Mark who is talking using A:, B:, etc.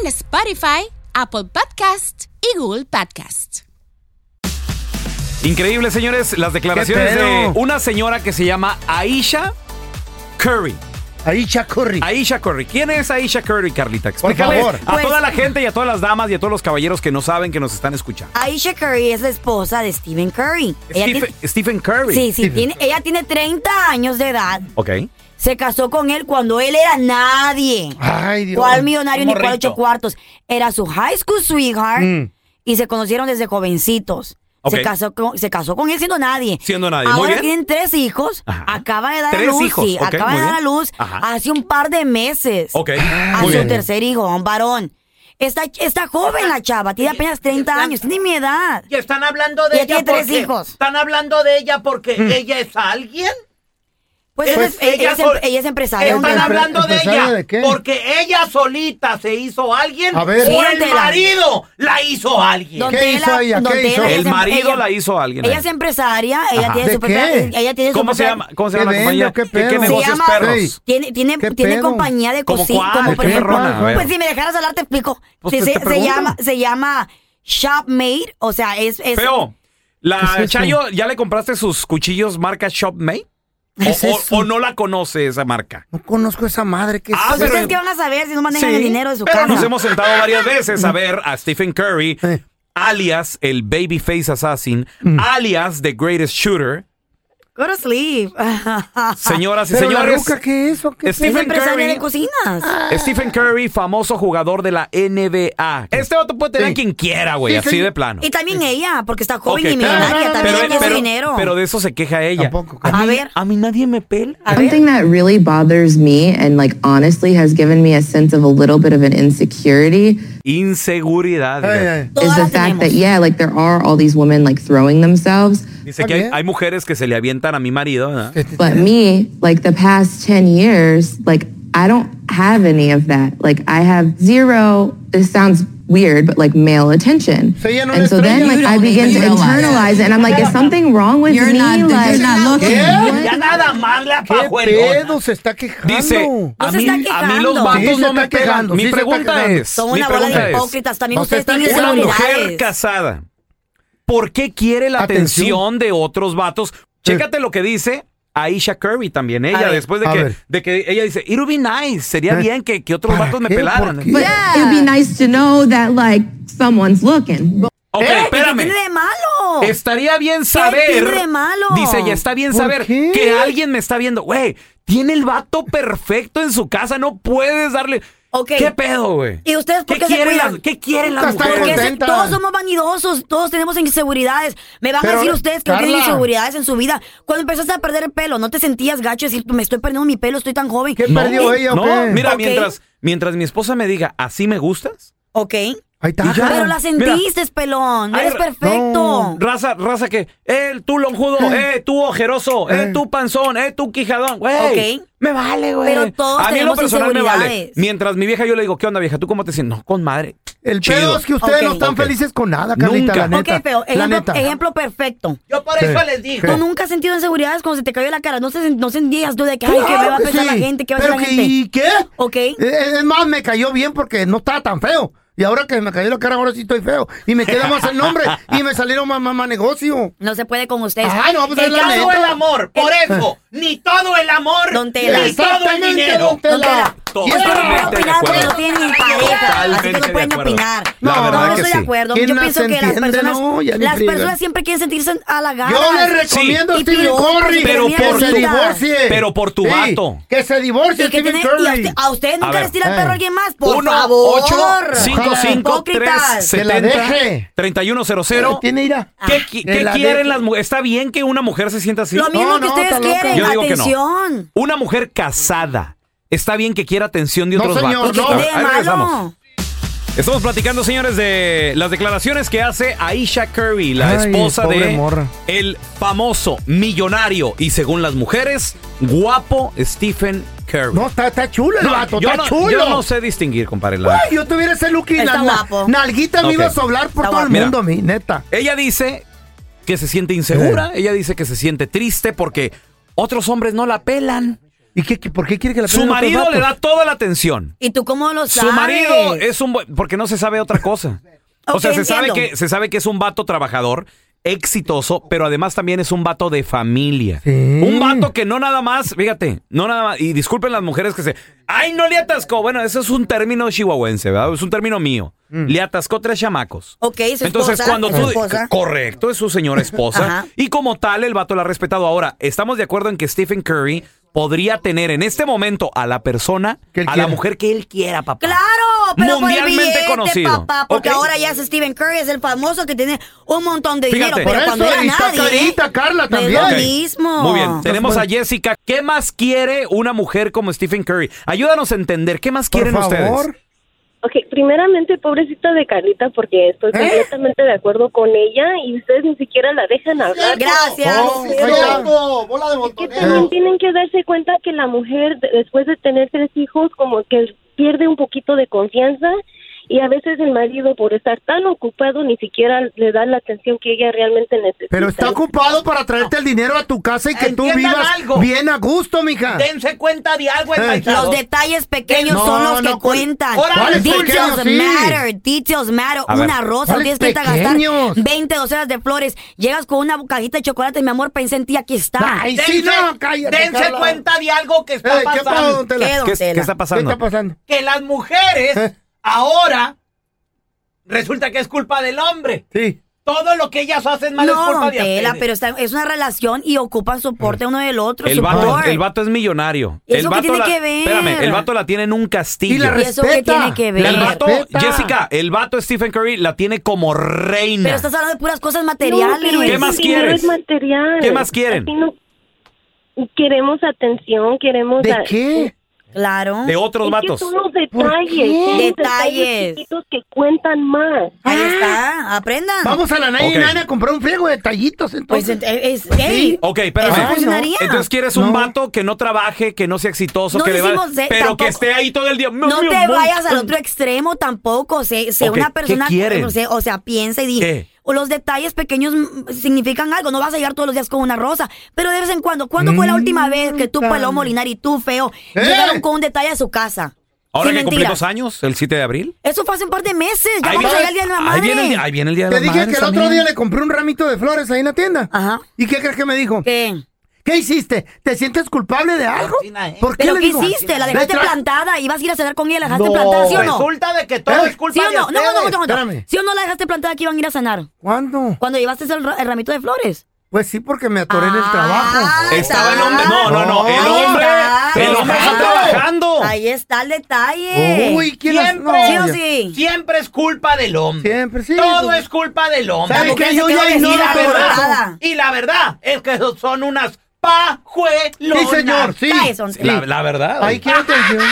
A: en Spotify, Apple Podcast y Google Podcast.
B: Increíble, señores, las declaraciones
C: ¿Qué
B: de
C: pedo?
B: una señora que se llama Aisha Curry.
C: Ahí Chacorri.
B: Aisha Curry. ¿Quién es Aisha Curry, Carlita? Explícale
C: favor.
B: a
D: Pues,
B: toda la gente y a todas las damas y a todos los caballeros que no saben que nos están escuchando.
D: Aisha Curry es la esposa de Stephen Curry. Ella
B: Stephen,
D: tiene-
B: Stephen Curry.
D: sí, sí, tiene- ella tiene 30 años de edad.
B: Ok.
D: Se casó con él cuando él era nadie.
C: Ay, Dios.
D: ¿Cuál millonario ni
C: Un
D: cuál
C: morrito.
D: ocho cuartos? Era su high school sweetheart
C: Mm.
D: y se conocieron desde jovencitos.
B: Ok.
D: Se, casó con, se casó con él siendo nadie.
B: Siendo nadie. Muy
D: Ahora
B: bien.
D: tienen tres hijos.
B: Ajá.
D: Acaba de dar
B: Tres
D: a luz.
B: hijos.
D: sí,
B: Ok,
D: acaba
B: muy
D: de dar a
B: bien.
D: luz
B: Ajá.
D: hace un par de meses.
B: Ok.
D: A
B: Muy
D: su
B: bien.
D: tercer hijo, a un varón. Está, está joven la chava, tiene apenas 30 años, tiene mi edad.
E: Y están hablando
D: Y
E: de
D: tiene
E: ella
D: tres
E: porque-
D: hijos.
E: Están hablando de ella porque
B: Mm.
E: ella es alguien.
D: Pues,
E: Pues,
D: ella, es, em-
E: sol-
D: ella es empresaria.
E: Están
C: Empre-
E: hablando de
C: ¿empresaria
E: ella
C: de qué?
E: porque ella solita se hizo alguien.
C: A ver.
E: O el
D: Fíjate la-
E: marido la hizo alguien.
D: Don
C: ¿Qué
D: Tela-
C: hizo ella?
D: Don
C: ¿Qué
D: Tela,
C: hizo?
D: ella es
B: El
D: em-
B: marido
D: ella-
B: la hizo alguien.
D: Ella es empresaria, ella
B: Ajá.
D: tiene
C: ¿De
D: su propia,
C: qué?
D: ella tiene su
B: ¿Cómo se
D: propia-
B: llama? ¿Cómo se
C: ¿Qué
B: llama la
C: vende
B: compañía?
C: o qué
B: ¿Qué,
C: pedo?
B: qué
C: Se
B: negocios
D: llama-
B: perros?
C: Sí.
D: Tiene, tiene,
C: ¿Qué
D: tiene
C: pedo?
D: compañía de
B: ¿Cómo
D: cocina.
B: cuál?
D: como
B: ¿Qué
D: por ejemplo-
B: perrona? A ver.
D: Pues si me dejaras hablar, te explico.
B: Pues,
D: se,
B: te- te
D: se
B: pregunto.
D: llama, se llama Shopmate, o sea, es. es
B: Feo.
C: ¿Qué es
B: La
C: eso?
B: Chayo, ¿ya le compraste sus cuchillos marca ShopMate?
C: ¿Qué
B: O-
C: es
B: o-
C: eso?
B: o no la conoce esa marca?
C: No conozco esa madre que
B: Ah,
C: es.
B: pero-
D: ¿Ustedes qué van a saber si no manejan
B: Sí,
D: el dinero de su
B: pero
D: casa?
B: nos hemos sentado varias veces a ver a Stephen Curry,
C: Eh.
B: alias el Babyface Assassin, alias The Greatest Shooter.
D: Go to sleep.
B: Señoras y
C: Pero la
B: señores,
C: ruca, ¿qué es o qué?
B: es-
D: es
B: Stephen
D: empresaria
B: Curry.
D: de cocinas.
B: Stephen Curry, famoso jugador de la NBA. Este vato puede tener
C: Sí.
B: a quien quiera, güey,
C: Sí,
B: así
C: sí.
B: de plano.
D: Y también ella, porque está joven
B: Ok,
D: y
B: claro.
D: millonaria,
C: No, no, no,
D: también
C: no,
D: ella tiene
B: pero-
D: dinero.
B: pero de eso se queja ella.
C: Tampoco.
B: A
D: A
B: mí,
D: ver.
B: a mí nadie me pela.
D: A ver.
F: Something that really bothers me and, like, honestly has given me a sense of a little bit of an insecurity
B: Inseguridad.
C: Ay,
B: fíjate.
C: ay.
D: Todas
F: is the
D: las
F: fact
D: tenemos.
F: that, yeah, like, there are all these women, like, throwing themselves.
B: Dice
C: Está
B: que hay,
C: bien.
B: hay mujeres que se le avientan a mi marido. ¿verdad?
F: But me, like, the past 10 years, like, I don't have any of that. Like, I have zero, this sounds weird, but, like, male attention.
C: So you're not
F: and
C: a
F: so then,
C: stranger.
F: like, I begin to internalize it, and I'm like, is something wrong with me? like,
E: Ya nada más la
C: ¿Qué
E: pajuelona.
C: pedo se está quejando?
B: Ah, Dice, a
D: No se
B: mí,
D: está
B: a mí los
D: quejando.
C: Sí,
B: vatos
C: se
B: no
C: está
B: me pegan.
C: quejando,
B: Mi
C: sí, se está
B: pregunta
C: quejando.
B: es,
D: Son
B: mi
D: una bola
B: pregunta
D: de
B: es,
D: hipócritas. También
C: No,
D: ustedes
C: se está
D: tienen
B: Una mujer
D: inseguridades.
B: casada. ¿Por qué quiere la atención,
C: Atención.
B: de otros vatos? Chécate lo que dice Aisha Curry también, ella,
D: ver.
B: después de
C: A
B: que,
C: ver.
B: de que ella dice, it would be nice, sería
C: Eh.
B: bien que, que otros
C: ¿Para
B: vatos me
C: qué?
B: pelaran.
C: ¿Por qué?
F: but
D: Yeah.
F: it'd be nice to know that, like, someone's looking.
B: Ok,
D: ¿Qué
B: espérame.
D: tiene de malo?
B: Estaría bien saber.
D: tiene de malo?
B: Dice ella, está bien
C: ¿Por
B: saber
C: qué?
B: que alguien me está viendo. Güey, tiene el vato perfecto en su casa, no puedes darle.
D: Ok.
B: ¿Qué pedo, güey?
D: ¿Y ustedes por qué se
B: quieren
D: cuidan?
B: las- ¿Qué quieren las
C: Está
B: mujeres?
D: Porque se-
C: contenta.
D: todos somos vanidosos, todos tenemos inseguridades. Me van a
C: Pero,
D: decir ustedes que no tienen
C: Carla.
D: inseguridades en su vida. Cuando empezaste a perder el pelo, ¿no te sentías gacho decir, me estoy perdiendo mi pelo, estoy tan joven?
C: ¿Qué perdió ella o
B: No,
C: qué?
B: mira,
D: Ok.
B: mientras, mientras mi esposa me diga, ¿así me gustas?
D: Ok.
C: Ahí está.
D: Pero la sentiste, pelón. No
B: Ay,
D: eres
B: ra-
D: perfecto.
B: Raza, raza que, eh, tú lonjudo, eh, tú ojeroso, eh,
C: Mm. Eh.
B: tú panzón, eh, tú quijadón, güey.
D: Ok.
B: Me vale, güey.
D: Pero todos
B: A mí en lo
D: tenemos
B: personal me vale.
D: inseguridades.
B: Mientras mi vieja yo le digo, ¿qué onda, vieja? ¿Tú cómo te sientes? No, con madre.
C: El
B: Chido.
C: pedo es que ustedes
D: Ok.
C: no están
B: Ok.
C: felices con nada, Carlita,
B: Nunca.
C: la neta.
D: ok, feo.
C: la
D: Ejemplo,
C: neta.
D: ejemplo perfecto.
E: Yo por eso les
C: Sí.
E: digo.
D: Tú nunca has sentido inseguridades cuando se te cayó la cara. No, se, no sentías tú de que, ay,
C: Claro
D: que me va a
C: que
D: pensar
C: sí.
D: la gente, que va a
C: Pero
D: decir la
C: que-
D: gente.
C: ¿Y qué?
D: Ok.
C: Eh, eh, Es más, me cayó bien porque no estaba tan feo. Y ahora que me cayó la cara, ahora sí estoy feo. Y me queda más el nombre. y me salieron más, más, más negocio.
D: No se puede con ustedes.
C: Ay, no, pues es
D: El
C: la
D: caso
C: neta.
E: Todo el amor, por
G: Eh.
E: eso. Ni todo el amor,
D: Don
E: ni
D: Tela.
E: todo el
C: Exactamente,
E: dinero.
C: don Tela.
D: Don Tela,
B: Todo.
D: Ustedes no pueden
B: Totalmente de
D: opinar porque
B: acuerdo.
D: no tienen ni pareja. Así que
B: Totalmente
D: no
B: de
D: pueden
B: acuerdo.
D: opinar.
C: La
D: No,
C: verdad
D: no
C: que
D: estoy
C: sí.
D: de acuerdo.
C: ¿Quién
D: Yo
C: las
D: pienso que las
C: entiende,
D: personas,
C: no? Ya ni
D: las
C: friega.
D: personas siempre quieren sentirse halagadas.
C: Yo le recomiendo
D: Sí.
C: a Stephen
D: Y
C: Curry.
D: pero
C: que
D: por
C: se
D: tu-
C: divorcie.
B: pero por tu vato.
C: Que se divorcie
D: Y que
C: Stephen
D: tiene- y a,
C: Curry.
D: usted- a ustedes nunca
B: ver.
D: les tira el perro a alguien más, por
B: 1
D: favor.
B: 8 5 5 3
D: Hipócritas. Ah,
C: Que la
B: 70
C: deje.
B: 3100
C: Tiene ira.
B: ah. ¿Qué, qui-
C: Que
B: qué
C: la
B: quieren
C: deje.
B: las mujeres? Está bien que una mujer se sienta así.
D: Lo mismo
C: No,
D: que
C: no,
D: ustedes
C: está loca.
D: quieren,
B: Yo digo que no.
D: atención.
B: Una mujer casada. Está bien que quiera atención de
C: No,
B: otros
C: señor,
B: vatos.
C: no.
B: A
D: ¿Qué
B: ver,
D: tiene de
B: ahí regresamos.
D: malo?
B: Estamos platicando, señores, de las declaraciones que hace Aisha Curry, la
C: Ay,
B: esposa
C: pobre
B: de
C: morra.
B: el famoso millonario y según las mujeres, guapo Stephen Curry.
C: No, está, está chulo el
B: No,
C: vato,
B: yo,
C: está
B: no,
C: chulo.
B: yo no sé distinguir, compadre. la
C: Ay, yo tuviera ese look y
D: Está
C: la
D: guapo.
C: nalguita me
B: Ok.
C: iba a soblar por
D: Está
C: todo el
B: guapo.
C: mundo, mi neta.
B: Ella dice que se siente insegura, ella dice que se siente triste porque otros hombres no la pelan.
C: ¿Y qué, qué- por qué quiere que la
B: Su
C: peleen otros
B: marido le da
C: vatos?
B: toda la atención.
D: ¿Y tú cómo lo sabes?
B: Su marido es un buen- porque no se sabe otra cosa. o
D: Ok,
B: sea, se sabe,
D: entiendo.
B: que, se sabe que es un vato trabajador, exitoso, pero además también es un vato de familia.
C: Sí.
B: Un vato que no nada más, fíjate, no nada más, y disculpen las mujeres que se, ay, no le atascó. Bueno, eso es un término chihuahuense, ¿verdad? Es un término mío. Le atascó tres chamacos.
D: Ok, su
B: Entonces,
D: esposa,
B: cuando
D: su
B: tú.
D: esposa.
B: Correcto, es su señora esposa.
D: Ajá.
B: y como tal, el vato la ha respetado. Ahora, estamos de acuerdo en que Stephen Curry podría tener en este momento a la persona,
C: Que él
B: a la
C: quiera.
B: mujer que él quiera, papá.
D: Claro, pero
B: Mundialmente
D: por el billete,
B: conocido.
D: papá, porque
B: Ok.
D: ahora ya es Steven Curry, es el famoso que tiene un montón de dinero,
B: Fíjate.
D: pero
C: Por
D: cuando
C: eso,
D: era
C: y está
D: nadie,
C: carita, Carla,
D: no es
C: también.
D: lo
B: Ok.
D: mismo.
B: Muy bien, tenemos a Jessica. ¿Qué más quiere una mujer como Stephen Curry? Ayúdanos a entender, ¿qué más
C: Por
B: quieren
C: favor.
B: ustedes?
G: Ok, primeramente, pobrecita de Carlita, porque estoy
E: ¿Eh?
G: completamente de acuerdo con ella y ustedes ni siquiera la dejan hablar.
D: Gracias.
C: Oh, ahí está.
G: Es que también tienen que darse cuenta que la mujer, de- después de tener tres hijos, como que pierde un poquito de confianza y a veces el marido, por estar tan ocupado, ni siquiera le da la atención que ella realmente necesita.
C: Pero está ocupado para traerte el dinero a tu casa y que tú
E: Entiendan
C: vivas
E: algo.
C: bien a gusto, mija.
E: Dense cuenta de
C: Eh,
E: algo, enmaizado.
D: Los detalles pequeños
C: No,
D: son los que
C: no, ¿cuál-
D: cuentan.
C: cuáles
D: Details
C: pequeños? Sí.
D: matter, details matter.
B: A ver,
D: una rosa, tienes
C: ¿cuáles
D: que irte a gastar
C: pequeños?
D: 20 docenas de flores. Llegas con una cajita de chocolate, mi amor, pensé en ti, aquí está.
C: Ay,
E: Dense,
C: sí, no, cállate.
E: dense
C: Carla.
E: cuenta de algo que está
C: Eh, ¿Qué
E: pasando.
C: pasó, don Tela?
D: ¿Qué, don
B: ¿Qué,
D: Tela?
B: qué está
C: ¿Qué
B: pasando?
C: está pasando?
E: que las mujeres
C: Eh.
E: ahora resulta que es culpa del hombre.
C: Sí.
E: Todo lo que ellas hacen mal es
D: No,
E: culpa
D: don
E: de ustedes.
D: Tela, pero está- es una relación y ocupan soporte uno del otro.
B: El vato,
D: support.
B: el vato es millonario.
D: ¿Y eso
B: el
D: qué
B: vato
D: tiene
B: la,
D: que ver?
B: Espérame, el vato la tiene en un castillo.
C: Y la
D: ¿Y eso qué
C: respeta.
D: tiene que ver?
C: La
B: El vato,
C: respeta.
B: Jessica, el vato Stephen Curry la tiene como reina.
D: Pero estás hablando de puras cosas
G: No,
D: materiales.
G: pero
B: ¿Qué
G: ese
B: más
G: dinero
B: quieres?
G: es material.
B: ¿Qué más quieren?
G: Aquí no- Queremos atención, queremos...
C: ¿De
G: a-
C: qué?
D: Claro.
B: de otros
G: Es que
B: vatos.
G: son los detalles. son los
D: Detalles.
G: detalles chiquitos que cuentan más.
D: Ahí
B: Ah.
D: está, aprendan.
C: Vamos a la Naya y
B: Ok.
C: Nana a comprar un friego de tallitos,
D: Pues
C: entonces.
D: ent- es,
C: Pues,
D: ey,
C: sí.
B: Ok, Oh, espérame.
D: Eso
B: Ay, no.
D: funcionaría.
B: Entonces quieres un
C: No.
B: vato que no trabaje, que no sea exitoso,
D: No
B: que le va-
D: decimos de-
B: pero
D: tampoco-
B: que esté ahí todo el día.
D: no te vayas al otro extremo tampoco. Sé, sé
B: Ok,
D: una
B: ¿qué
D: persona.
B: quieren?
D: o sea, o sea, piensa y di.
B: ¿Qué?
D: O los detalles pequeños mm, significan algo. No vas a llegar todos los días con una rosa. Pero de vez en cuando. ¿Cuándo fue la última vez que tú,
C: Mm,
D: Paloma Molinar y tú, Feo,
C: ¿Eh?
D: llegaron con un detalle a su casa?
B: Ahora
D: Sin
B: que cumplí
D: mentiras.
B: dos años, el 7 de abril.
D: Eso fue hace un par de meses. Ya
B: Ahí
D: vamos a
B: viene-
D: llegar al Día de la
B: ahí
D: Madre.
B: viene el día- ahí viene el día de
C: Te
B: la
C: dije que el otro día le compré un ramito de flores ahí en la tienda.
D: Ajá.
C: ¿Y qué crees que me dijo?
D: ¿Qué?
C: ¿Qué hiciste? ¿Te sientes culpable de algo?
E: Cochina, ¿eh?
C: ¿Por qué
D: ¿Pero
C: le
D: qué
C: digo?
D: hiciste? ¿La
C: Le
D: dejaste
C: tra-
D: plantada? ¿Ibas a ir a cenar con ella? ¿La dejaste
C: No.
D: plantada? ¿Sí o no?
E: Resulta de que todo
C: ¿Eh?
E: es culpa
D: ¿Sí o
E: de
D: no? No,
E: ustedes.
D: no, no, no, no.
C: Espérame.
D: ¿Sí o no la dejaste plantada que iban a ir a cenar?
C: ¿Cuándo?
D: Cuando llevaste el, ra- el ramito de flores.
C: Pues sí, porque me atoré en el
D: Ah,
C: trabajo.
B: Estaba el hombre. No, no, no. El
D: Ahí
B: hombre.
D: está.
B: El hombre está
D: Ah,
B: trabajando.
D: Ahí está el detalle.
C: Uy, ¿quién las-
E: Siempre.
D: ¿Sí
C: no,
D: o
C: yo-
D: sí?
E: Siempre es culpa del hombre.
C: Siempre, sí.
E: Todo
C: pues,
E: es culpa del hombre.
C: ¿Sabes
D: La mujer
C: qué?
D: se
C: Yo
D: quedó
C: ya
D: vestida
E: Y
C: ignoro
E: la
C: todo eso.
D: colorada.
E: verdad, y la
D: Ah,
E: verdad es que son unas
C: Sí,
E: pajuelonas.
C: señor, sí.
D: Cállese, once.
C: Sí.
B: La, la verdad.
C: Ahí quiero atención.